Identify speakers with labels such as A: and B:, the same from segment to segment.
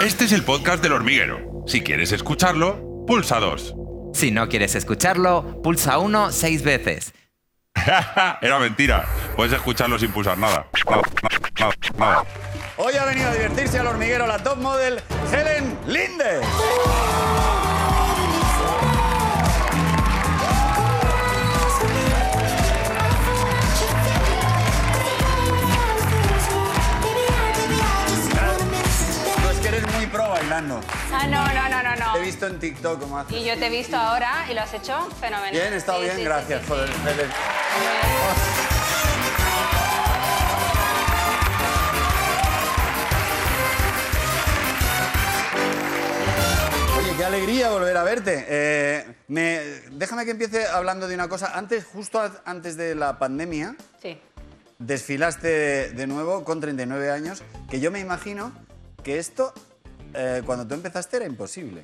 A: Este es el podcast del hormiguero. Si quieres escucharlo, pulsa 2.
B: Si no quieres escucharlo, pulsa 1 seis veces.
A: Era mentira. Puedes escucharlo sin pulsar nada. Nada, nada, nada.
C: Hoy ha venido a divertirse al hormiguero la top model Helen Linde. No, es que eres muy pro bailando.
D: Ah, no, no, no, no,
C: Te he
D: no.
C: visto en TikTok como haces.
D: Y yo te he visto ahora y lo has hecho fenomenal.
C: Bien, está
D: Sí,
C: bien,
D: sí,
C: gracias.
D: sí, sí,
C: joder,
D: sí.
C: Helen. Oye, qué alegría volver a verte. Eh, me- déjame que empiece hablando de una cosa. Antes, justo a- antes de la pandemia,
D: Sí.
C: desfilaste de nuevo con 39 años, que yo me imagino que esto, eh, cuando tú empezaste, era imposible.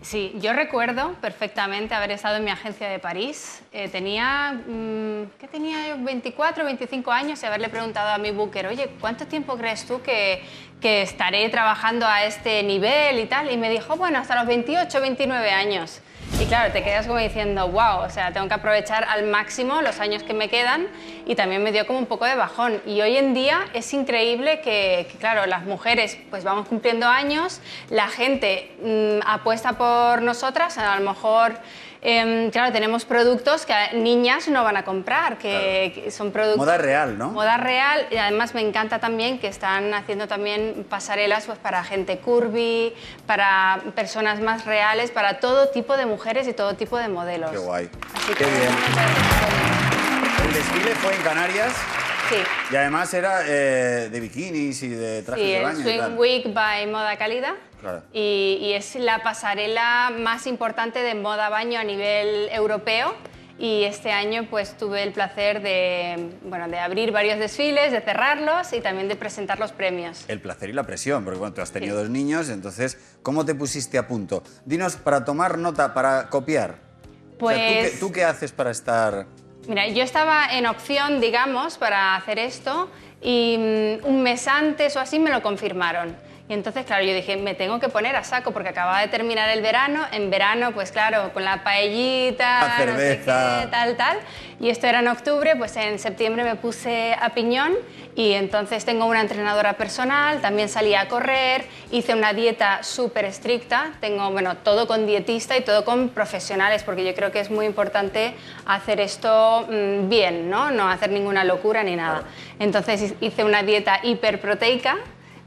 D: Sí, yo recuerdo perfectamente haber estado en mi agencia de París. Eh, tenía, mm, ¿qué tenía yo? 24, 25 años y haberle preguntado a mi booker, oye, ¿cuánto tiempo crees tú que, que estaré trabajando a este nivel y tal? Y me dijo, bueno, hasta los 28, 29 años. Y claro, te quedas como diciendo, wow, o sea, tengo que aprovechar al máximo los años que me quedan y también me dio como un poco de bajón. Y hoy en día es increíble que, que, claro, las mujeres pues vamos cumpliendo años, la gente mm, apuesta por nosotras, a lo mejor, em, claro, tenemos productos que a- niñas no van a comprar, que, que son productos...
C: Moda real, ¿no?
D: Moda real y además me encanta también que están haciendo también pasarelas pues para gente curvy, para personas más reales, para todo tipo de mujeres y todo tipo de modelos.
C: Qué guay.
D: Así
C: Qué
D: que
C: bien.
D: muchas
C: El desfile fue en Canarias
D: gracias. Sí.
C: y además era eh, de bikinis y de trajes
D: Sí,
C: de
D: el
C: baño. y tal.
D: Swing Week by Moda Cálida.
C: Claro.
D: Y, y es la pasarela más importante de moda baño a nivel europeo. Y este año pues tuve el placer de, bueno, de abrir varios desfiles, de cerrarlos y también de presentar los premios.
C: El placer y la presión, porque bueno, tú has tenido
D: Sí.
C: dos niños, entonces, ¿cómo te pusiste a punto? Dinos, para tomar nota, para copiar. O sea, ¿tú qué-
D: Pues...
C: ¿tú, qué, haces para estar...?
D: Mira, yo estaba en opción, digamos, para hacer esto y mm, un mes antes o así me lo confirmaron. Y entonces, claro, yo dije, me tengo que poner a saco porque acababa de terminar el verano. En verano, pues claro, con la paellita,
C: La
D: no sé
C: cerveza.
D: qué, tal, tal. Y esto era en octubre, pues en septiembre me puse a piñón y entonces tengo una entrenadora personal, también salí a correr, hice una dieta súper estricta, tengo, bueno, todo con dietista y todo con profesionales, porque yo creo que es muy importante hacer esto mm, bien, ¿no? No hacer ninguna locura ni nada. Entonces hice una dieta hiperproteica.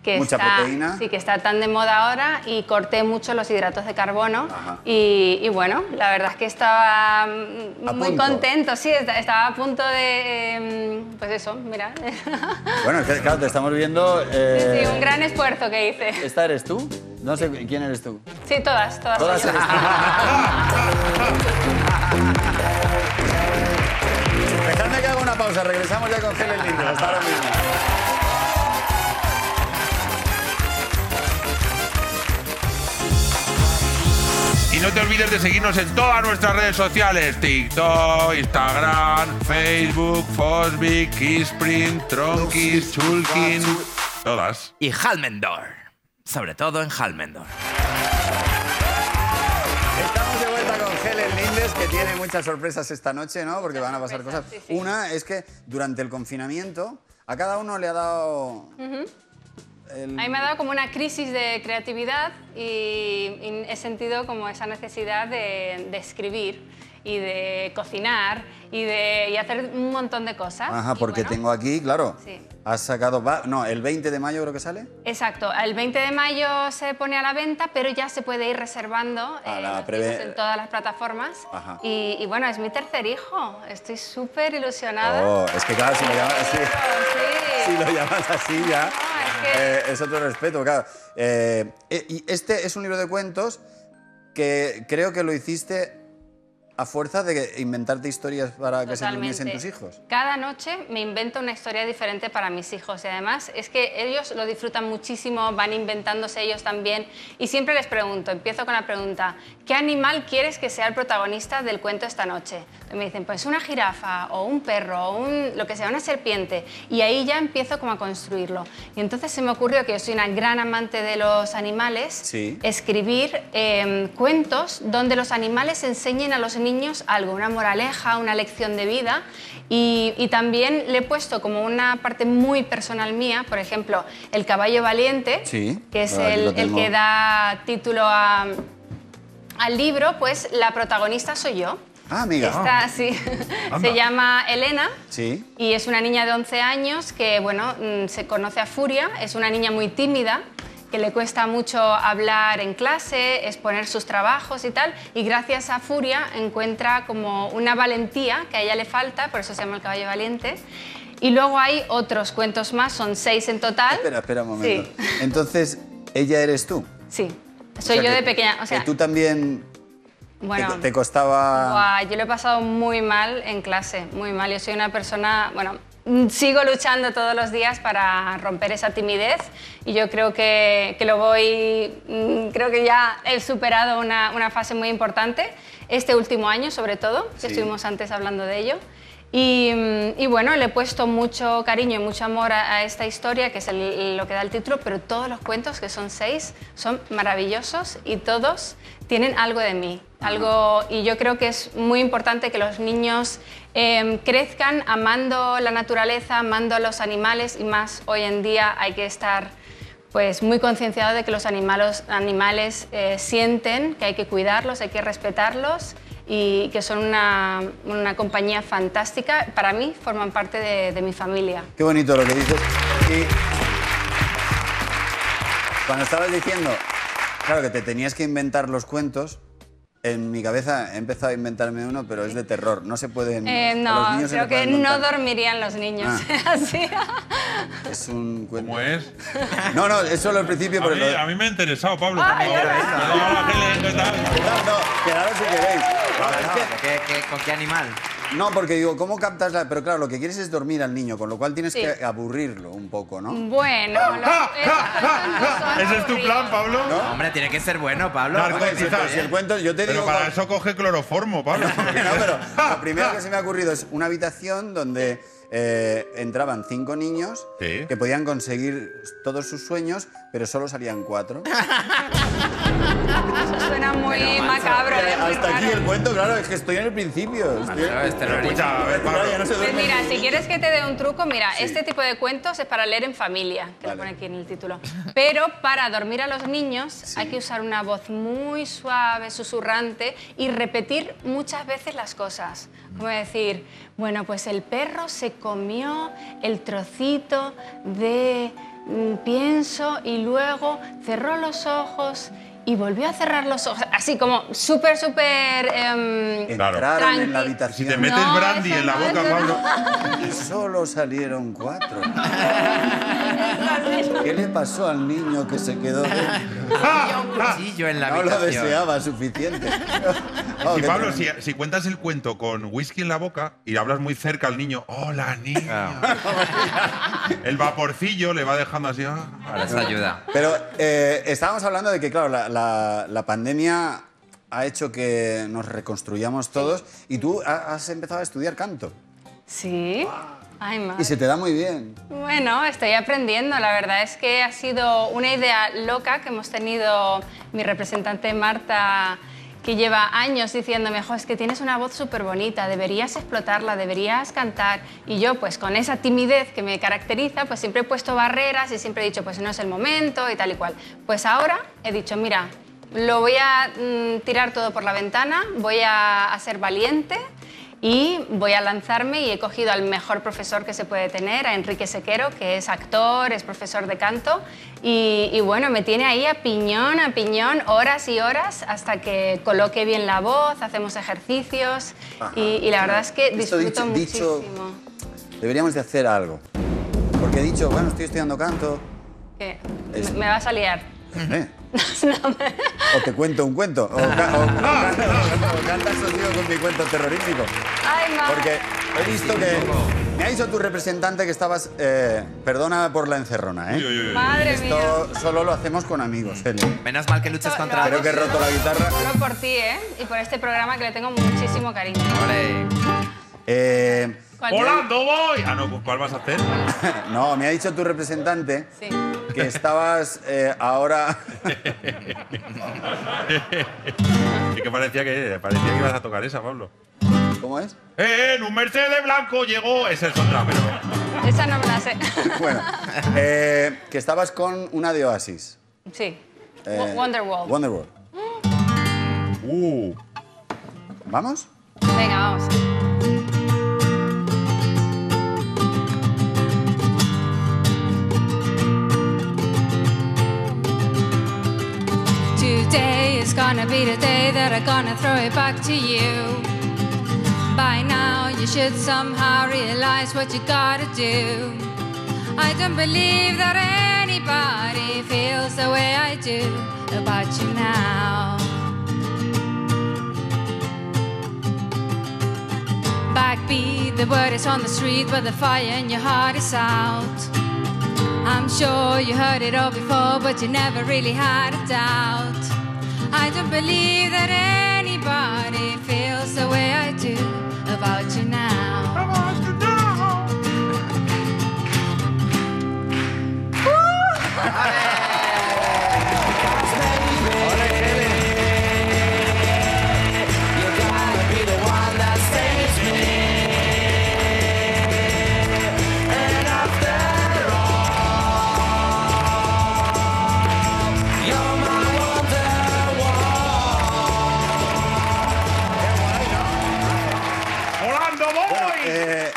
D: Que
C: Mucha
D: está,
C: proteína.
D: Sí, que está tan de moda ahora y corté mucho los hidratos de carbono
C: Ajá.
D: y, y bueno, la verdad es que estaba mm,
C: A
D: muy
C: punto.
D: contento, sí, est- estaba a punto de, eh, mm, pues eso, mira,
C: Bueno, es que, claro, te estamos viendo... eh,
D: sí, un gran esfuerzo que hice.
C: ¿Esta eres tú? No sé quién eres tú.
D: Sí, todas, todas.
C: Todas
D: ellas.
C: eres tú. Dejadme que haga una pausa, regresamos ya con Helen Lindner, hasta ahora mismo.
A: Y no te olvides de seguirnos en todas nuestras redes sociales: TikTok, Instagram, Facebook, Fosbic, Kissprint, Tronkis, Chulkin. Todas.
B: Y Halmendor. Sobre todo en Halmendor.
C: Estamos de vuelta con Helen Lindes, que tiene muchas sorpresas esta noche, ¿no? Porque van a pasar cosas.
D: sorpresas, sí, sí.
C: Una es que durante el confinamiento a cada uno le ha dado... el-
D: A mí me ha dado como una crisis de creatividad y, y he sentido como esa necesidad de, de escribir y de cocinar y de y hacer un montón de cosas.
C: Ajá,
D: Ah, Y
C: porque
D: bueno,
C: tengo aquí, claro,
D: Sí.
C: has sacado... va- No, el 20 de mayo creo que sale.
D: Exacto, el 20 de mayo se pone a la venta, pero ya se puede ir reservando
C: A
D: eh,
C: la
D: los
C: preve-
D: discos en todas las plataformas.
C: Ajá.
D: Y, y bueno, es mi tercer hijo, estoy súper ilusionada.
C: Oh, es que claro, si lo llamas así,
D: Ah. Sí.
C: si lo llamas así ya,
D: No, es que-
C: eh, es otro respeto, claro. Eh, e- y este es un libro de cuentos que creo que lo hiciste a fuerza de inventarte historias para que se
D: Totalmente.
C: durmiesen tus hijos.
D: Cada noche me invento una historia diferente para mis hijos y además es que ellos lo disfrutan muchísimo, van inventándose ellos también y siempre les pregunto, empiezo con la pregunta, ¿qué animal quieres que sea el protagonista del cuento esta noche? Y me dicen, pues una jirafa o un perro o un, lo que sea, una serpiente y ahí ya empiezo como a construirlo. Y entonces se me ocurrió que yo soy una gran amante de los animales,
C: Sí.
D: escribir eh, cuentos donde los animales enseñen a los niños algo, una moraleja, una lección de vida. Y, y también le he puesto como una parte muy personal mía, por ejemplo, el caballo valiente,
C: Sí,
D: que es
C: ah, aquí lo
D: el, el
C: tengo.
D: que da título a- al libro, pues la protagonista soy yo.
C: Ah, amiga.
D: Está así, se llama Elena.
C: Sí.
D: Y es una niña de 11 años que, bueno, mm, se conoce a Furia, es una niña muy tímida, que le cuesta mucho hablar en clase, exponer sus trabajos y tal, y gracias a Furia encuentra como una valentía que a ella le falta, por eso se llama el caballo valiente. Y luego hay otros cuentos más, son seis en total.
C: Espera, espera un momento.
D: Sí,
C: Entonces, ella eres tú.
D: sí. Soy
C: O sea
D: yo
C: que-
D: de pequeña, o sea,
C: que tú también
D: bueno,
C: te, te costaba...
D: Guau, yo lo he pasado muy mal en clase, muy mal. Yo soy una persona, bueno, mm, sigo luchando todos los días para romper esa timidez y yo creo que, que lo voy, mm, creo que ya he superado una, una fase muy importante, este último año sobre todo, que
C: Sí.
D: estuvimos antes hablando de ello. Y, mm, y bueno, le he puesto mucho cariño y mucho amor a, a esta historia, que es el- lo que da el título, pero todos los cuentos, que son seis, son maravillosos y todos tienen algo de mí. Algo, y yo creo que es muy importante que los niños em, crezcan amando la naturaleza, amando a los animales y más hoy en día hay que estar pues muy concienciado de que los animalos- animales eh, sienten que hay que cuidarlos, hay que respetarlos y que son una, una compañía fantástica. Para mí forman parte de, de mi familia.
C: Qué bonito lo que dices. Y cuando estabas diciendo, claro, que te tenías que inventar los cuentos, en mi cabeza he empezado a inventarme uno, pero es de terror. No se pueden...
D: Eh,
C: Mm. a Ah. los
D: no,
C: niños se
D: creo
C: les
D: que
C: pueden
D: no
C: contar.
D: dormirían los niños. Así.
C: Es un cuento...
A: ¿Cómo es?
C: No, no, es solo el principio,
A: A
C: pero...
A: mí,
C: lo-
A: a mí me ha interesado, Pablo.
D: Ay,
A: por favor.
D: no,
A: Perdón, hola, Helen, ¿qué tal?
C: No, no, quedaros si queréis. No, es que-
B: ¿Qué- qué- con qué animal?
C: No, porque digo, ¿cómo captas la...? Pero claro, lo que quieres es dormir al niño, con lo cual tienes
D: Sí. Mm.
C: que aburrirlo un poco, ¿no?
D: Bueno, los- esos no son
A: ¿Ese es tu
D: aburridos.
A: plan, Pablo?
B: Hombre, tiene que ser bueno, Pablo.
A: Narco-
C: Hombre, si, pero si pues, el cuento, yo te
A: ¿eh? Pero
C: digo...
A: para
C: cuál-
A: eso Ah. coge cloroformo, Pablo.
C: No, pero lo primero que se me ha ocurrido es una habitación donde eh, entraban cinco niños
A: Sí.
C: que podían conseguir todos sus sueños, pero solo salían cuatro.
D: Eso suena muy
B: Pero, macho,
D: macabro. es muy
C: Eh, Hasta aquí
D: raro.
C: el cuento, claro, es que estoy en el principio. estoy-
B: Claro, es terrorismo.
A: Escucha, a ver,
C: Claro, ya
A: Pablo.
C: no se
D: Pues
C: duerme.
D: mira, si quieres que te dé un truco, mira,
C: Sí.
D: este tipo de cuentos es para leer en familia, que
C: Vale.
D: lo pone aquí en el título. Pero para dormir a los niños hay que usar una voz muy suave, susurrante y repetir muchas veces las cosas.
C: Mm.
D: Como decir, bueno, pues el perro se comió el trocito de mm, pienso y luego cerró los ojos. Y volvió a cerrar los ojos, así como súper, súper... em,
A: Claro.
C: Entraron en la
D: Tranqui.
A: Si te
C: habitación
A: metes
D: No,
A: brandy
D: eso
A: en la
D: no,
A: boca,
D: eso
A: Pablo.
D: no.
C: y solo salieron cuatro.
D: Así, ¿no?
C: ¿Qué le pasó al niño que se quedó dentro?
A: Ah,
B: Había un cuchillo en la
C: No lo
B: habitación.
C: deseaba suficiente. Oh,
A: Y
C: qué
A: Pablo,
C: tremendo.
A: si, si cuentas el cuento con whisky en la boca y hablas muy cerca al niño, hola niño.
B: Ah.
A: el vaporcillo le va dejando así. "Ah".
B: Ahora eso ayuda.
C: Pero eh, estábamos hablando de que, claro, la, la- la pandemia ha hecho que nos reconstruyamos todos y tú ha- has empezado a estudiar canto
D: Sí. Ay, madre.
C: y se te da muy bien.
D: Bueno, estoy aprendiendo. La verdad es que ha sido una idea loca que hemos tenido mi representante Marta, que lleva años diciéndome, jo, es que tienes una voz súper bonita, deberías explotarla, deberías cantar. Y yo, pues con esa timidez que me caracteriza, pues siempre he puesto barreras y siempre he dicho, pues no es el momento y tal y cual. Pues ahora he dicho, mira, lo voy a mm, tirar todo por la ventana, voy a- a ser valiente y voy a lanzarme y he cogido al mejor profesor que se puede tener, a Enrique Sequero, que es actor, es profesor de canto y, y bueno, me tiene ahí a piñón, a piñón, horas y horas hasta que coloque bien la voz, hacemos ejercicios
C: Ajá.
D: y, y la verdad es que
C: Esto
D: disfruto
C: dicho- dicho-
D: muchísimo.
C: Deberíamos de hacer algo. Porque he dicho, bueno, estoy estudiando canto.
D: Que
C: Es-
D: me- Me vas a liar.
C: Eh,
D: No, me-
C: O te cuento un cuento. O, ca- o- o canta- o canta asociado con mi cuento terrorífico.
D: Ay, ma.
C: Porque he visto que. Me ha dicho tu representante que estabas. eh, perdona por la encerrona,
A: Uy, uy,
C: ¿eh?
A: uy.
D: Madre mía.
C: Esto solo lo hacemos con amigos, Eli.
B: Menos mal que luchas
D: Esto lo
B: contra...
C: Creo que he roto la guitarra.
D: Solo por ti, ¿eh? Y por este programa que le tengo muchísimo cariño.
B: Ole.
C: Eh,
D: ¿Cuál-
A: ¡Hola, no voy! Ah, no, ¿cuál vas a hacer?
C: no, me ha dicho tu representante
D: Sí.
C: que estabas eh, ahora.
A: Sí que parecía que, parecía que ibas a tocar esa, Pablo.
C: ¿Cómo es?
A: ¡Eh, en un Mercedes blanco llegó! Esa es otra, pero...
D: Esa no me la sé.
C: Bueno, eh, que estabas con una de Oasis.
D: Sí.
C: eh,
D: Wo- Wonderwall.
C: Wonderwall.
A: ¡Uh!
C: ¿Vamos?
D: Venga, vamos.
E: Today is gonna be the day that I'm gonna throw it back to you. By now, you should somehow realize what you gotta do. I don't believe that anybody feels the way I do about you now. Backbeat, the word is on the street, but the fire in your heart is out. I'm sure you heard it all before, but you never really had a doubt. I don't believe that anybody feels the way I do about you now.
A: ¡Volando voy!
C: Eh,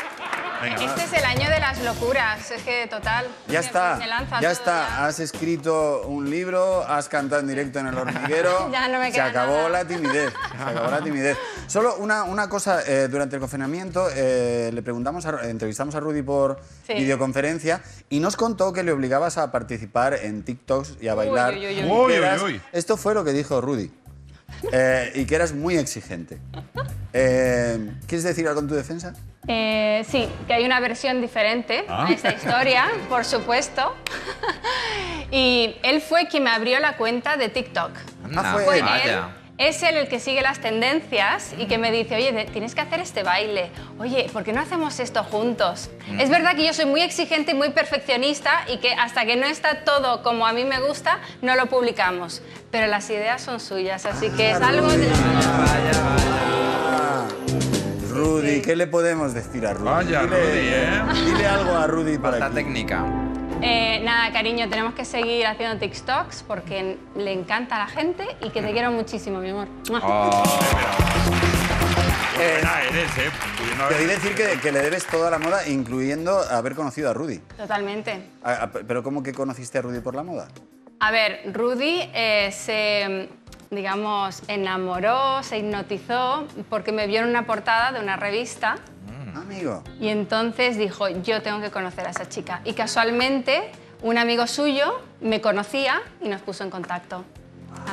A: Venga, va.
D: Este es el año de las locuras. Es que, total.
C: ya
D: me-
C: está.
D: me lanza
C: Ya
D: todo
C: está. Has escrito un libro, has cantado en directo en el hormiguero.
D: Ya no me
C: Se
D: queda
C: acabó
D: nada.
C: la timidez. Se acabó la timidez. Solo una, una cosa, eh, durante el confinamiento eh, le preguntamos, a- entrevistamos a Rudy por
D: Sí.
C: videoconferencia y nos contó que le obligabas a participar en TikToks y a bailar.
D: uy, uy, uy.
C: Que
A: Uy, uy,
C: eras-
A: uy.
C: Esto fue lo que dijo Rudy. Eh, y que eras muy exigente. Eh, ¿Quieres decir algo en tu defensa?
D: Eh, sí, que hay una versión diferente
A: Ah.
D: a esta historia, por supuesto. y él fue quien me abrió la cuenta de TikTok.
B: Anda,
C: Ah, fue él.
D: Fue él.
B: vaya.
D: Es Pues él el que sigue las tendencias y que me dice, oye, te- tienes que hacer este baile. Oye, ¿por qué no hacemos esto juntos? Es verdad que yo soy muy exigente y muy perfeccionista y que hasta que no está todo como a mí me gusta, no lo publicamos. Pero las ideas son suyas, así que es algo... de-
C: Rudy, ¿qué le podemos decir a Rudy?
A: Vaya, Rudy, ¿eh?
C: Dile algo a Rudy para
B: Falta
C: aquí.
B: técnica.
D: Eh, nada, cariño, tenemos que seguir haciendo TikToks porque le encanta a la gente y que te quiero muchísimo, mi amor. ¡Mua!
A: Qué buena eres, eh. Pudiendo
C: Te oí
A: haber-
C: decir que, que le debes toda la moda, incluyendo haber conocido a Rudy.
D: Totalmente.
C: A- a- ¿Pero cómo que conociste a Rudy por la moda?
D: A ver, Rudy eh, se, digamos, enamoró, se hipnotizó porque me vio en una portada de una revista
A: Mm.
C: Amigo.
D: y entonces dijo, yo tengo que conocer a esa chica. Y casualmente un amigo suyo me conocía y nos puso en contacto.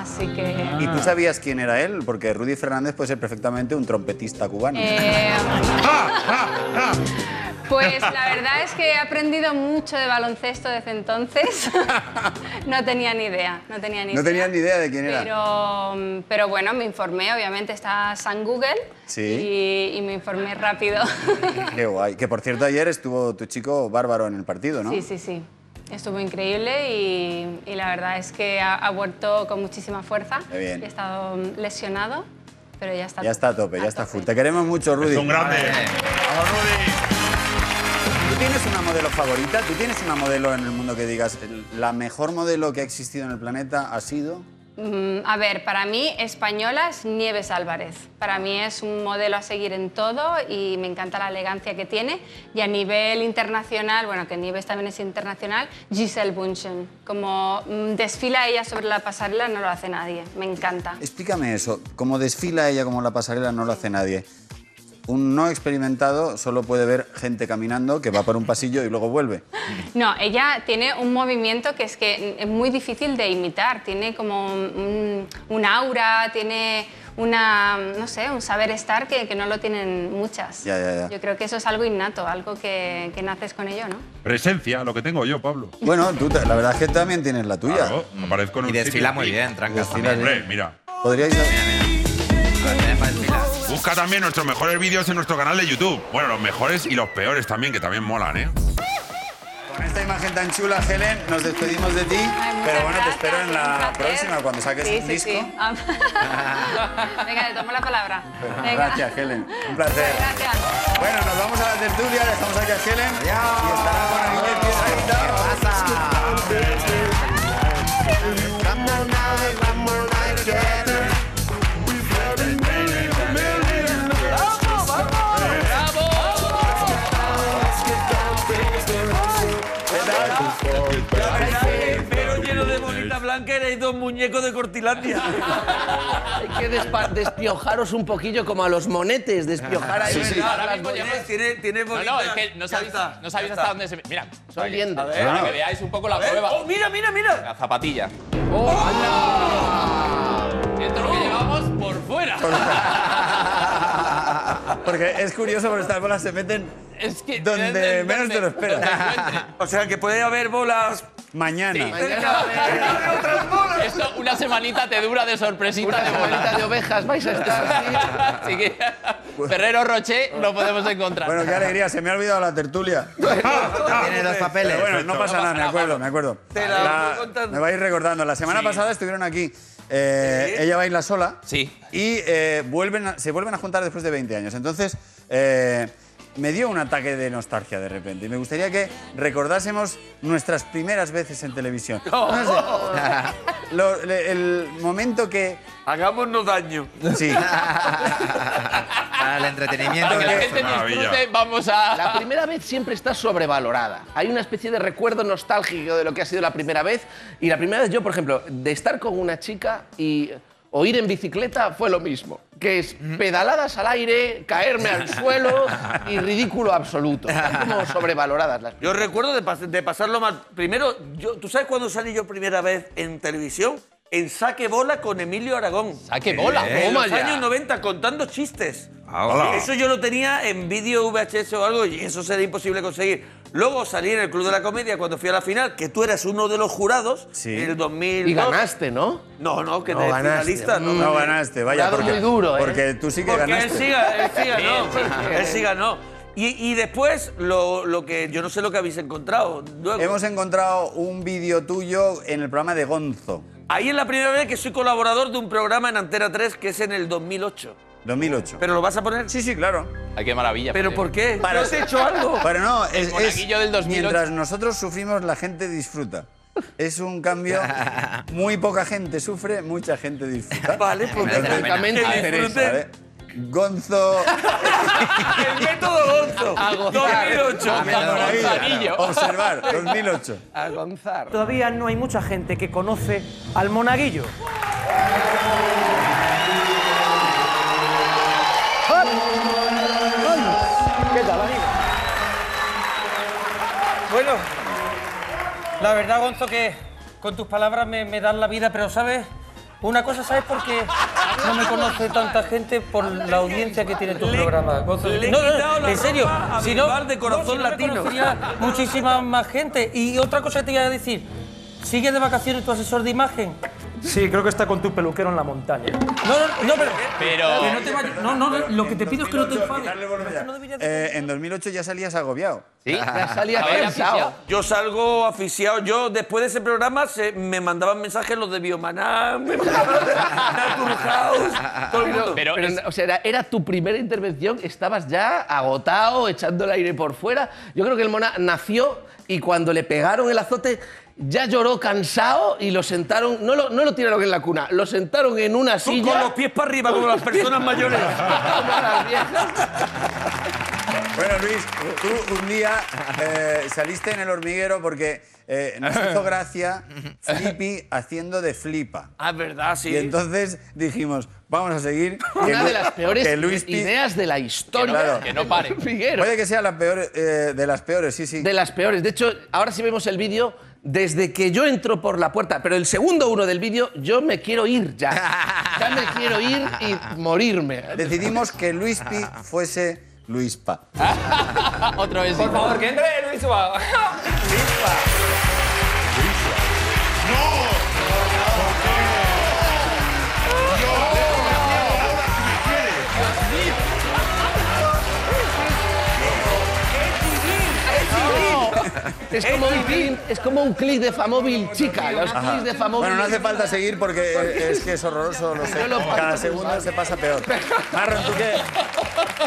D: Así que...
A: Ah.
C: ¿Y tú sabías quién era él? Porque Rudy Fernández puede ser perfectamente un trompetista cubano.
D: Eh, Pues la verdad es que he aprendido mucho de baloncesto desde entonces. No tenía ni idea, no tenía ni
C: No
D: idea.
C: tenías ni idea de quién era.
D: Pero, mm, pero bueno, me informé, obviamente está San Google
C: Sí.
D: y, y me informé rápido.
C: Qué guay. Que por cierto, ayer estuvo tu chico bárbaro en el partido, ¿no?
D: Sí, sí, sí. Estuvo increíble y, y la verdad es que ha, ha vuelto con muchísima fuerza.
C: Qué bien.
D: He estado mm, lesionado, pero ya está.
C: Ya está a tope, ya está full. Te queremos mucho, Rudy.
A: Es un grande.
B: Vale.
A: Vamos, Rudy.
C: ¿Tú tienes una modelo favorita? ¿Tú tienes una modelo en el mundo que digas, la mejor modelo que ha existido en el planeta ha sido?
D: Mm, A ver, para mí, española es Nieves Álvarez. Para mí es un modelo a seguir en todo y me encanta la elegancia que tiene. Y a nivel internacional, bueno, que Nieves también es internacional, Giselle Bunchen. Como mm, desfila ella sobre la pasarela, no lo hace nadie. Me encanta.
C: Explícame eso. Como desfila ella como la pasarela no lo hace nadie. un no experimentado solo puede ver gente caminando que va por un pasillo y luego vuelve.
D: No, ella tiene un movimiento que es que es muy difícil de imitar. Tiene como un, un aura, tiene una, no sé, un saber estar que, que no lo tienen muchas.
C: Ya, ya, ya.
D: Yo creo que eso es algo innato, algo que, que naces con ello, ¿no?
A: Presencia, lo que tengo yo, Pablo.
C: Bueno, tú, ta- la verdad es que también tienes la tuya.
A: Claro, aparezco en
B: Y
A: un
B: desfila
A: sitio
B: muy
A: y-
B: bien, trancas
C: Desfila
B: también.
A: Hombre, mira.
C: Podríais...
B: A ver, tenés para desfilar.
A: Busca también nuestros mejores vídeos en nuestro canal de YouTube. Bueno, los mejores y los peores también, que también molan, ¿eh?
C: Con esta imagen tan chula, Helen, nos despedimos de ti.
D: Ay, muchas
C: pero bueno, te
D: gracias,
C: espero en
D: un
C: la
D: placer.
C: próxima, cuando saques
D: Sí,
C: un
D: sí,
C: disco.
D: sí. Venga, te tomo la palabra. Venga.
C: Gracias, Helen. Un placer.
D: Gracias.
C: Bueno, nos vamos a la tertulia, dejamos aquí a Helen. Y estará con Aguilera, que es ahí, ¿no?
F: Pero lleno de bolita blanca y dos muñecos de Cortilandia.
G: Hay que despa- despiojaros un poquillo como a los monetes, despiojar ahí.
C: Sí, sí.
G: Las
F: Ahora mismo
G: bolitas.
B: pues,
F: lleváis- tiene, tiene
H: No,
F: bolita.
H: no, es que no sabéis, no sabéis hasta dónde se... Mira,
G: Son
H: para
G: liendes.
H: que- para que veáis un poco la prueba.
F: Oh, mira, mira, mira.
H: La zapatilla. Esto es lo que llevamos por fuera.
C: Porque es curioso, porque estas bolas se meten
H: Es que...
C: donde menos te lo esperas.
H: donde encuentre.
F: O sea, que puede haber bolas.
C: Mañana.
H: Esto una semanita te dura de sorpresita
G: Una
H: de bola.
G: bolita de ovejas vais a estar. sí.
H: Así que Ferrero Rocher lo podemos encontrar.
C: Bueno, qué alegría, se me ha olvidado la tertulia.
B: Tiene dos
C: Pero
B: papeles.
C: bueno, no pasa nada, me acuerdo, me acuerdo.
F: Te la voy contando.
C: me vais recordando. La semana pasada estuvieron aquí. eh, Ella baila sola.
H: Sí.
C: Y eh, vuelven a- se vuelven a juntar después de 20 años. Entonces, eh, me dio un ataque de nostalgia de repente. Y me gustaría que recordásemos nuestras primeras veces en televisión. No sé. Lo- le- el momento que.
F: Hagámonos daño.
C: Sí.
B: Para el entretenimiento.
H: Para que la
B: que-
H: gente
A: maravilla.
H: disfrute, vamos a...
G: La primera vez siempre está sobrevalorada. Hay una especie de recuerdo nostálgico de lo que ha sido la primera vez. Y la primera vez yo, por ejemplo, de estar con una chica y o ir en bicicleta fue lo mismo. Que es pedaladas al aire, caerme al suelo y ridículo absoluto. Están como sobrevaloradas las
F: Yo recuerdo de, pas- de pasarlo mal. Primero, yo, ¿tú sabes cuándo salí yo primera vez en televisión? En Saque Bola con Emilio Aragón.
H: ¡Saque Ah, bola!
F: En
G: Toma
F: los
G: ya.
F: años 90 contando chistes.
A: Hola.
F: Eso yo lo tenía en vídeo VHS o algo y eso sería imposible conseguir. Luego salí en el Club de la Comedia cuando fui a la final, que tú eras uno de los jurados
C: Sí.
F: en el 2000.
G: Y ganaste, ¿no?
F: No, no, que
G: No
F: te
G: ganaste.
F: finalista. No,
C: No
F: gané.
C: ganaste, vaya.
G: Jurado muy duro, ¿eh?
C: porque tú sí que
F: Porque él
C: ganaste.
F: siga, él siga, no.
G: sí.
F: él siga, no. Y, y después, lo, lo que yo no sé lo que habéis encontrado. Luego,
C: Hemos encontrado un vídeo tuyo en el programa de Gonzo,
F: Ahí es la primera vez que soy colaborador de un programa en Antena 3 que es en el 2008.
C: 2008.
F: ¿Pero lo vas a poner?
C: sí, sí, claro.
H: Ay, qué maravilla!
F: ¿Pero por qué?
C: Para-
F: ¿No has hecho algo?
C: Pero no, es, es-
H: monaguillo del 2008.
C: mientras nosotros sufrimos, la gente disfruta. Es un cambio. Muy poca gente sufre, mucha gente disfruta.
F: Vale, pues
C: Entonces,
G: francamente
F: que
G: interesa,
F: disfruten.
C: ¿vale? Gonzo,
F: El método Gonzo.
G: A gozar.
F: 2008.
G: A gozar.
H: Gonzalillo.
C: observar, 2008.
G: A Gonzar.
I: Todavía no hay mucha gente que conoce al monaguillo. Bueno, la verdad, Gonzo, que con tus palabras me, me dan la vida, pero ¿sabes? Una cosa, ¿sabes por qué no me conoce tanta gente? Por la audiencia que tiene tu
F: Le-
I: programa, Gonzo.
F: le he
I: No, no,
F: quitado la
I: en serio.
F: ropa a
I: Si
F: mi
I: no,
F: bar de corazón
I: no, si no me
F: latino.
I: conocería muchísima más gente. Y otra cosa que te iba a decir. ¿Sigue de vacaciones tu asesor de imagen? Sí, creo que está con tu peluquero en la montaña. No, no, no, pero...
H: Pero-
I: que no, te vayas- no, no, no, lo que te pido es que no te enfades. No deberías de-
C: Eh, en 2008 ya salías agobiado.
B: ¿Sí?
G: Ya salía
H: Ahora
G: cansado.
H: sí,
F: Yo salgo aficiado. Yo, después de ese programa, se- me mandaban mensajes los de Biomaná, me mandaban de Natur House, todo el mundo.
H: Pero
G: Pero,
H: es-
G: o sea, era, era tu primera intervención, estabas ya agotado, echando el aire por fuera. Yo creo que el Mona nació y cuando le pegaron el azote ya lloró cansado y lo sentaron, no lo, no lo tiraron en la cuna, lo sentaron en una
F: Tú
G: silla.
F: con los pies para arriba, como las personas mayores.
G: como las viejas.
C: Bueno, Luis, tú un día eh, saliste en el hormiguero porque eh, eh, nos hizo gracia Flippy haciendo de flipa.
F: Ah, es verdad, sí.
C: Y entonces dijimos, vamos a seguir. que
G: Una
C: Lu-
G: de las peores
C: que Luis Pi-
G: ideas de la historia.
C: Claro.
H: Que no pare.
G: Figuero.
C: Puede que sea la peor, eh, de las peores, sí, sí.
G: De las peores. De hecho, ahora sí vemos el vídeo. Desde que yo entro por la puerta, pero el segundo uno del vídeo, yo me quiero ir ya. Ya me quiero ir y morirme.
C: Decidimos que Luispi fuese Luispa.
H: Otro vez.
I: Por favor, que entre Luis Suárez.
G: Es como un clic, es como un clic de Famóvil chica. Los clics de Famóvil.
C: Bueno, no hace falta seguir porque eh, es que es horroroso, lo sé.
G: Yo lo paso
C: Cada
G: muy
C: segundo se pasa peor. Marron, ¿tú qué?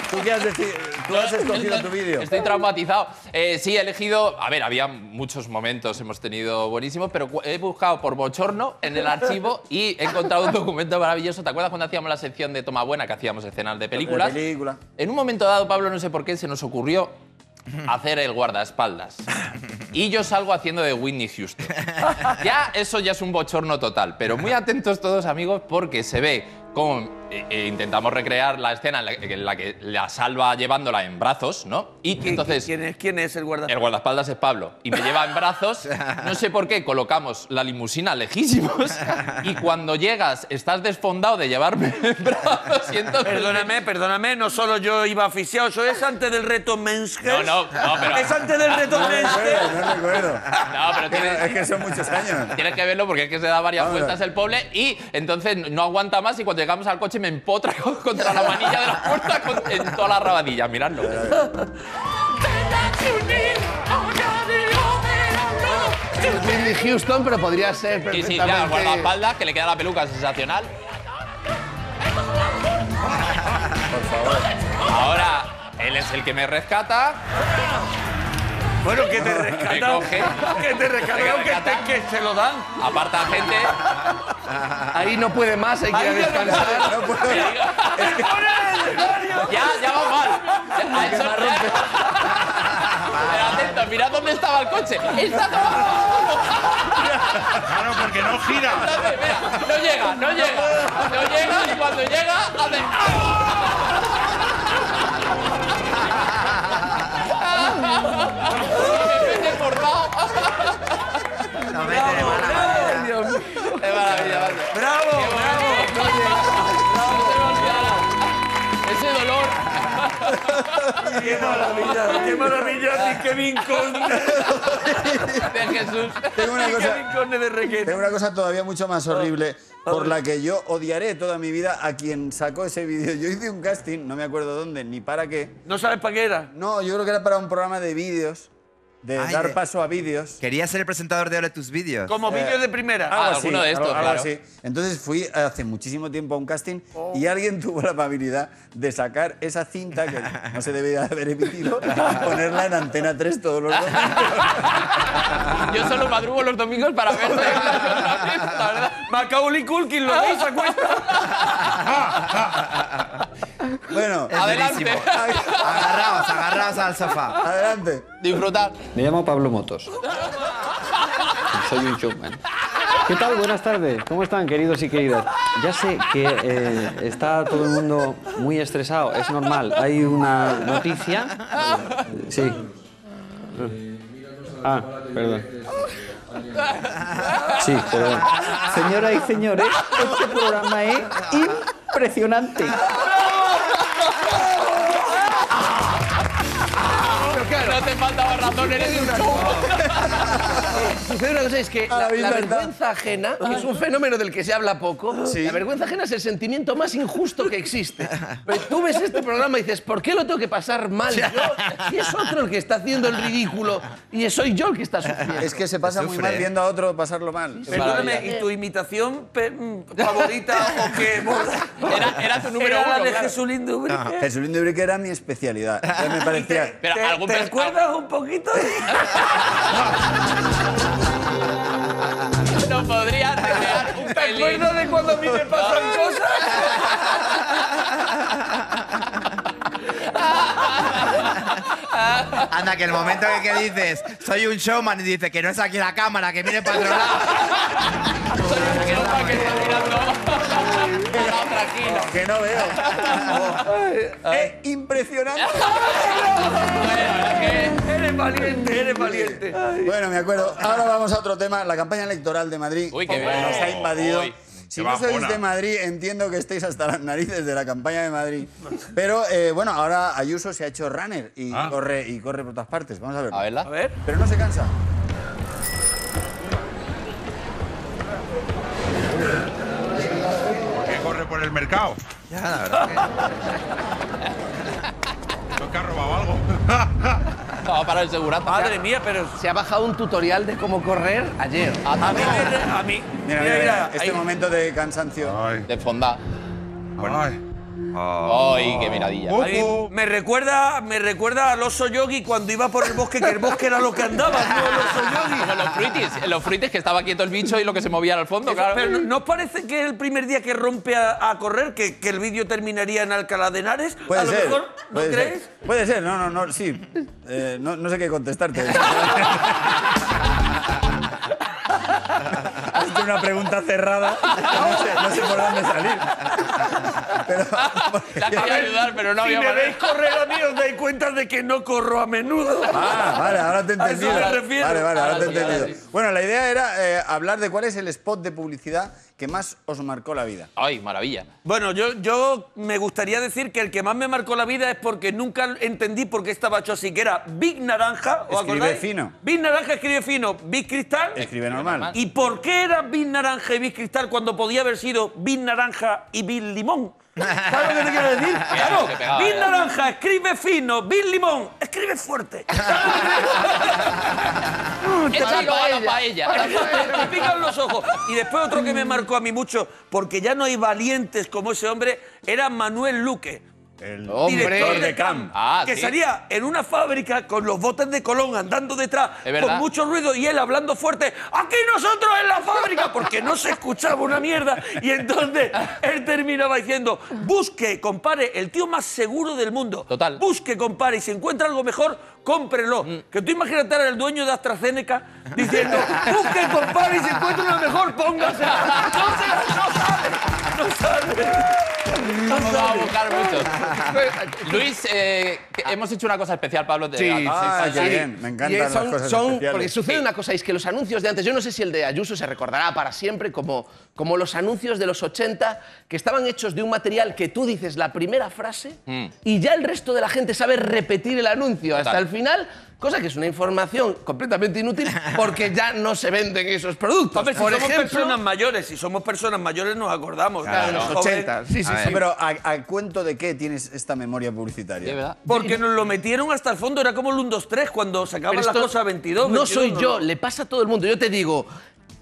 C: ¿Tú qué has decidido? ¿Tú has escogido tu vídeo?
H: Estoy traumatizado. Eh, sí, he elegido. A ver, había muchos momentos, hemos tenido buenísimos, pero cu- he buscado por bochorno en el archivo y he encontrado un documento maravilloso. ¿Te acuerdas cuando hacíamos la sección de Toma Buena, que hacíamos escenas de películas?
C: De película.
H: En un momento dado, Pablo, no sé por qué, se nos ocurrió hacer el guardaespaldas. Y yo salgo haciendo de Whitney Houston. Ya eso ya es un bochorno total, pero muy atentos todos amigos porque se ve cómo eh, eh, intentamos recrear la escena en la, que- en la que la salva llevándola en brazos, ¿no? Y entonces
F: ¿Quién es, quién es el guarda?
H: el guardaespaldas es Pablo y me lleva en brazos. No sé por qué colocamos la limusina lejísimos y cuando llegas estás desfondado de llevarme en brazos. y entonces-
F: Perdóname, perdóname, no solo yo iba asfixiado, eso es antes del reto Mensker.
H: No, no, no, pero-
F: Es antes del reto
C: No recuerdo,
F: Mensker.
C: no recuerdo.
H: No, pero tienes,
C: Es que son muchos años.
H: Tienes que verlo porque es que se da
F: Ah,
H: varias
C: Vamos a ver.
H: vueltas el pobre y entonces no aguanta más y cuando llegamos al coche me empotra co- contra la manilla de la puerta con- en toda la rabadilla. Miradlo.
G: Es Whitney Houston, pero podría ser
H: Y
G: perfectamente.
H: sí, claro, con la espalda que le queda la peluca sensacional. Por favor. Ahora, él es el que me rescata.
F: Bueno, que te
H: Me
F: rescatan.
H: coge.
F: Que te rescatan,
H: Me
F: aunque
H: rescatan.
F: te- que se lo dan.
H: Aparta a gente.
G: Ahí no puede más, hay que ir a
F: Ahí ya no
G: descansar.
C: No puedo.
H: Ya, ya va mal. Ya, ha hecho- Pero atento, mirad dónde estaba el coche. Está abajo.
A: Claro, porque no gira.
H: Espérate, espera. No llega, no llega. No llega y cuando llega hace. ¡Ah! Me mete por lado.
F: Ay, Dios mío.
H: Es maravilla, vale.
F: ¡Bravo! ¡Bravo!
H: No se me olvidará. Ese dolor.
F: ¡Qué maravilla! ¡Qué maravilla! ¡Ni Kevin Conde!
H: De Jesús.
C: Tengo una
F: ¡Ni
C: cosa.
F: Kevin Conde de requete!
C: Tengo una cosa todavía mucho más horrible por la que yo odiaré toda mi vida a quien sacó ese vídeo. Yo hice un casting, no me acuerdo dónde ni para qué.
F: ¿No sabes para qué era?
C: No, yo creo que era para un programa de vídeos, de
B: Ay,
C: dar
B: de-
C: paso a vídeos.
B: Quería ser el presentador de ahora tus vídeos.
F: Como vídeo de primera.
H: Ah, alguno de estos,
C: algo- algo así.
H: claro.
C: Entonces fui hace muchísimo tiempo a un casting y alguien tuvo la amabilidad de sacar esa cinta que no se debía haber emitido y ponerla en Antena 3 todos los días.
H: Yo solo madrugo los domingos para verte. La verdad.
F: Macaulay Culkin, ¿lo veis a cuenta?
C: Bueno,
B: Es
H: Adelante.
B: durísimo. Agarraos, agarraos al sofá.
C: adelante.
H: Disfrutar.
J: Me llamo Pablo Motos. Soy un showman. ¿Qué tal? Buenas tardes. ¿Cómo están, queridos y queridas? Ya sé que eh, está todo el mundo muy estresado, es normal. Hay una noticia. Sí. Ah, perdón. Sí, perdón. Señoras y señores, este programa es impresionante.
H: No te faltaba razón, eres un show.
G: Sucede una cosa, es que
C: Ahora
G: Pues la,
C: mismo
G: la
C: está-
G: vergüenza ajena que es un fenómeno del que se habla poco.
C: Ah. Sí.
G: La vergüenza ajena es el sentimiento más injusto que existe. Pero tú ves este programa y dices, ¿por qué lo tengo que pasar mal yo? Si es otro el que está haciendo el ridículo y soy yo el que está sufriendo.
C: Es que se pasa muy
B: Sufre,
C: mal
B: ¿eh?
C: viendo a otro pasarlo mal.
F: Perdóname, ¿y tu imitación pe- mm, favorita o qué?
H: Era, era tu número
F: Era la
H: uno.
F: de
H: claro.
F: Jesulín Dubrique.
C: Jesulín Ah, de Ubrique era mi especialidad. Ya me parecía...
H: Pero
F: ¿Te,
H: algún
F: te
H: pers-
F: acuerdas un poquito?
H: No podría recrear un
F: ¿Te
H: pelín.
F: acuerdas de cuando a mí me pasan cosas?
B: Anda, que el momento que, que dices, soy un showman y dice que no es aquí la cámara, que mire para otro lado.
C: Que no veo. Es impresionante.
F: Eres valiente, eres valiente.
C: Bueno, me acuerdo. Ahora vamos a otro tema. La campaña electoral de Madrid
H: Uy, qué
C: que
H: bien.
C: nos ha invadido.
A: Uy,
C: si
A: qué
C: no sois
A: bajona.
C: de Madrid, entiendo que estéis hasta las narices de la campaña de Madrid. Pero eh, bueno, ahora Ayuso se ha hecho runner y,
A: Ah.
C: corre, y corre por todas partes. Vamos a ver.
H: A verla.
F: A ver.
C: Pero no se cansa.
A: que corre por el mercado.
B: Ya, la verdad que-
A: Creo que ha robado algo.
H: Estaba para el segurata.
F: Madre mía, pero.
G: Se ha bajado un tutorial de cómo correr ayer.
H: Ah,
F: A mí, me- a mí.
C: Mira, mira, mira, este
F: ahí-
C: momento de cansancio.
A: Ay.
H: De fonda.
A: Ay.
H: ¡Ay, qué miradilla!
A: Uh.
F: ahí me recuerda, me recuerda al oso yogi cuando iba por el bosque, que el bosque era lo que andaba, no el oso yogi.
H: Como los fruitis. Los fruitis que estaba quieto el bicho y lo que se movía era al fondo, claro.
F: Pero ¿no- ¿no os parece que el primer día que rompe a, a correr, que, que el vídeo terminaría en Alcalá de Henares?
C: Puede
F: a lo
C: ser.
F: mejor, ¿no
C: puede
F: crees?
C: Ser. Puede ser, no, no, no, sí. Eh, no, no sé qué contestarte. Has hecho una pregunta cerrada. No sé, no sé por dónde salir. Pero,
H: La quería ayudar, pero no
F: si
H: había
F: me
H: manera.
F: veis correr a mí, os dais cuenta de que no corro a menudo.
C: Ah, vale, ahora te he
F: A eso
C: entendido.
F: me refiero.
C: Vale, vale, ahora
H: Ahora
C: te he
H: sí, ahora
C: entendido.
H: sí.
C: Bueno, la idea era eh, hablar de cuál es el spot de publicidad que más os marcó la vida.
H: ¡Ay, maravilla!
F: Bueno, yo, yo me gustaría decir que el que más me marcó la vida es porque nunca entendí por qué estaba hecho así, que era Big Naranja. ¿os
C: Escribe
F: acordáis?
C: fino.
F: Big Naranja escribe fino, Big Cristal. Ah.
C: Escribe normal.
F: ¿Y por qué era Big Naranja y Big Cristal cuando podía haber sido Big Naranja y Big Limón? ¿Sabes lo que te quiero decir? Claro,
H: se pegaba,
F: Big
H: ya.
F: Naranja escribe fino, Big Limón escribe fuerte.
H: ¡Échalo a la paella!
F: me pican los ojos. Y después otro que me marcó a mí mucho, porque ya no hay valientes como ese hombre, era Manuel Luque.
C: El
F: director
G: Hombre,
F: de CAM,
H: Ah,
F: que
H: sí.
F: salía en una fábrica con los botes de Colón andando detrás,
H: Es verdad.
F: con mucho ruido y él hablando fuerte, aquí nosotros en la fábrica, porque no se escuchaba una mierda. Y entonces él terminaba diciendo, busque, compare, el tío más seguro del mundo.
H: Total.
F: Busque, compare, y si encuentra algo mejor, cómprelo. Que tú imagínate al dueño de AstraZeneca diciendo, busque, compare, y si encuentra una mejor, póngase. No sabe, no sabe. No
H: Nos va a
F: sabe.
H: buscar mucho. Luis, eh, que hemos hecho una cosa especial, Pablo. Te
G: Ah. Sí,
H: ah,
C: Ah, qué
G: Sí.
C: bien, me encantan
G: Y
C: las
G: son-
C: cosas
G: son-
C: especiales.
G: Porque sucede una cosa, es que los anuncios de antes, yo no sé si el de Ayuso se recordará para siempre como, como los anuncios de los 80 que estaban hechos de un material que tú dices la primera frase
F: Mm.
G: y ya el resto de la gente sabe repetir el anuncio hasta
H: Total.
G: el final, cosa que es una información completamente inútil porque ya no se venden esos productos.
F: Hombre, si
G: Por
F: somos personas
G: ejemplo,
F: mayores, si somos personas mayores nos acordamos.
G: claro, de los
F: Joven,
G: 80. Sí, sí,
B: A ver.
G: sí.
C: Pero ¿a, a cuento de qué tienes esta memoria publicitaria?
H: de verdad.
F: Porque nos lo metieron hasta el fondo, era como el 1, 2, 3 cuando sacaban
G: Pero
F: las
G: esto
F: cosas 22.
G: No
F: 22,
G: soy yo, le pasa a todo el mundo. Yo te digo,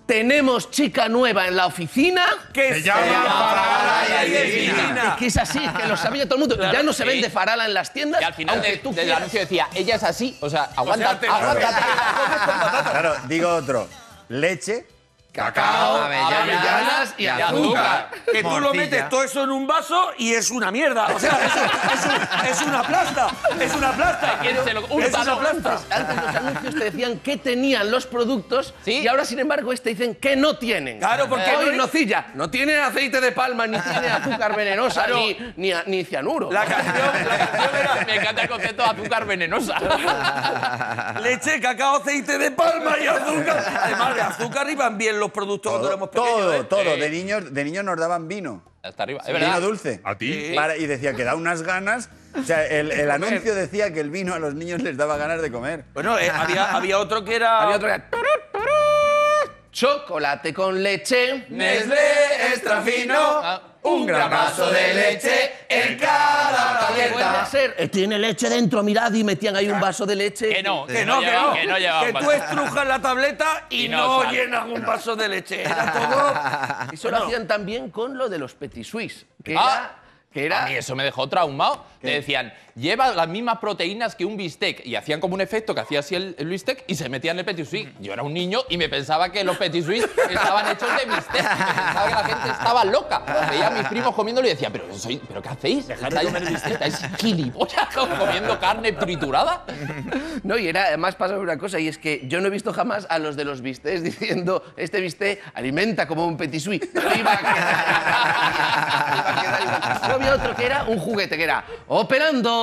G: tenemos chica nueva en la oficina.
F: Que
A: Se
F: se
A: llama
F: Farala
A: Farala
F: y
A: y
F: es
A: Divina.
F: divina.
G: Que es así, que lo sabía todo el mundo. ya no se
H: sí.
G: vende farala en las tiendas.
H: Que al final
G: aunque
H: de-
G: tú
H: del
G: quieras.
H: anuncio decía, ella es así, o sea, aguanta,
F: te-
H: aguanta.
C: Claro, digo otro. Leche.
B: Cacao,
G: avellanas y azúcar.
F: Que tú lo
B: Morcilla.
F: metes todo eso en un vaso y es una mierda. O sea, es, un- es un- es una plasta. Es una plasta.
H: Hay quien se lo
F: es
H: unta,
F: una
H: ¿no?
F: plasta.
G: Antes los anuncios te decían qué tenían los productos
H: Sí.
G: y ahora, sin embargo, este dicen que no tienen.
F: Claro, porque
G: Hoy
F: no es-
G: nocilla no Ah. tiene aceite de palma, ni tiene azúcar venenosa, ni, ni, ni cianuro.
F: La canción, la canción era
H: Me encanta el concepto de azúcar venenosa.
F: Leche, cacao, aceite de palma y azúcar. Además, de azúcar iban bien los productos cuando
C: Todo,
F: éramos pequeños.
C: todo.
F: ¿eh?
C: todo.
H: Sí.
C: De, niños, de niños nos daban vino.
H: Hasta arriba, es
C: Vino
H: verdad.
C: dulce.
A: ¿A ti?
C: Para- y decía que da unas ganas. O sea, el, el anuncio decía que el vino a los niños les daba ganas de comer.
F: Bueno, eh, había, había otro que era.
G: Había otro que era, "Turú, turú, Chocolate con leche.
F: Nestlé extra fino,
G: un
F: gramazo de leche en cada
G: Puede
F: tableta.
G: ser. eh, Tiene leche dentro, mirad, y metían ahí un vaso de leche.
H: Oh, Que no,
F: Que no, que
H: llevaba-
F: no.
H: que no llevaba
F: Que tú
H: pasta.
F: estrujas la tableta y,
H: Y no
F: no,
H: sale.
F: llenas un vaso de leche. Era todo.
G: Eso lo hacían también con lo de los petit suisse, que
H: Ah.
G: era Que era-
H: A mí eso me dejó traumado. Te decían, lleva las mismas proteínas que un bistec. Y hacían como un efecto que hacía así el, el bistec y se metían el petit suisse. Yo era un niño y me pensaba que los petit suisse estaban hechos de bistec. Y Pensaba que la gente estaba loca. Veía a mis primos comiéndolo y decía, ¿pero, qué sois? ¿pero qué hacéis? ¿Estáis, ¿Estáis gilipollas comiendo carne triturada?
G: No, y era, además pasa una cosa, y es que yo no he visto jamás a los de los bistecs diciendo, este bistec alimenta como un petit suisse. No iba a quedar- iba a quedar igual. Yo había otro que era un juguete, que era operando.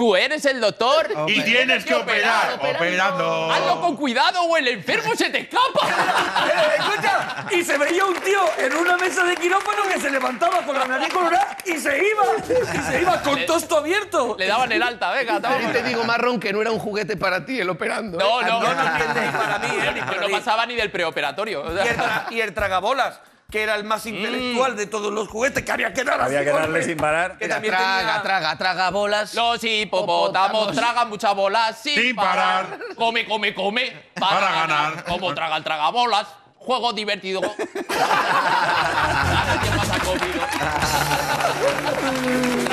H: Tú eres el doctor
G: Oh.
A: Y tienes que operar, operando.
H: Hazlo con cuidado o el enfermo se te escapa.
F: Pero, Eh, escucha, y se veía un tío en una mesa de quirófano que se levantaba con la nariz colorada y se iba. Y se iba con tosto abierto.
H: Le daban el alta, venga,
G: También
H: vámonos.
G: te digo, Marrón, que no era un juguete para ti el operando. ¿eh?
H: No, no,
F: Ah, No, no entiende, ni para mí, eh, ni para
H: no
F: mí.
H: pasaba ni del preoperatorio. O sea,
F: Y el, tra- y el tragabolas, que era el
H: Mm.
F: más intelectual de todos los juguetes, que había que dar
C: Había
F: así,
C: que darle
F: hombre.
C: sin parar.
F: Que
G: Era
F: también
G: traga,
F: tenía-
G: traga, traga bolas.
H: Los hipopótamos
G: Hipopótamos.
H: tragan muchas bolas sin,
A: Sin parar.
H: parar. Come, come, come. Para,
A: Para ganar.
H: ganar. Como traga el tragabolas. Juego divertido. Traga, ¿qué más ha comido? traga,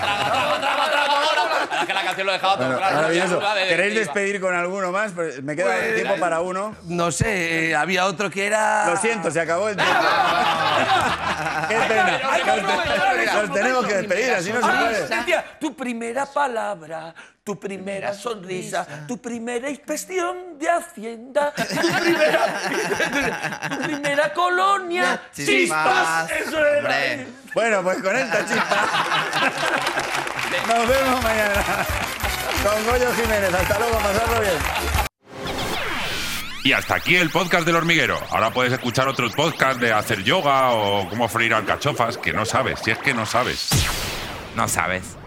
H: traga, traga, traga, traga, bolas. Ahora que la canción lo dejaba todo claro.
C: Maravilloso.
H: la de-
C: ¿Queréis
H: iba.
C: despedir con alguno más? Pues Me queda tiempo para uno.
F: No sé, eh, había otro que era.
C: Lo siento, se acabó el tiempo. Qué
F: Hay que aprovechar
C: pena.
F: esos
C: Nos tenemos que
F: momentos.
C: despedir, así no se
F: Ah,
C: puede.
F: decía, tu primera palabra, tu primera sonrisa, tu primera inspección de Hacienda, tu primera, tu primera colonia,
B: Chispas.
F: chispas. Eso era.
B: Hombre.
C: Bueno, pues con esta chispa. Nos vemos mañana. Con Goyo Jiménez. Hasta luego, pasarlo bien.
A: Y hasta aquí el podcast del hormiguero. Ahora puedes escuchar otros podcasts de hacer yoga o cómo freír alcachofas, que no sabes, si es que no sabes.
K: No sabes.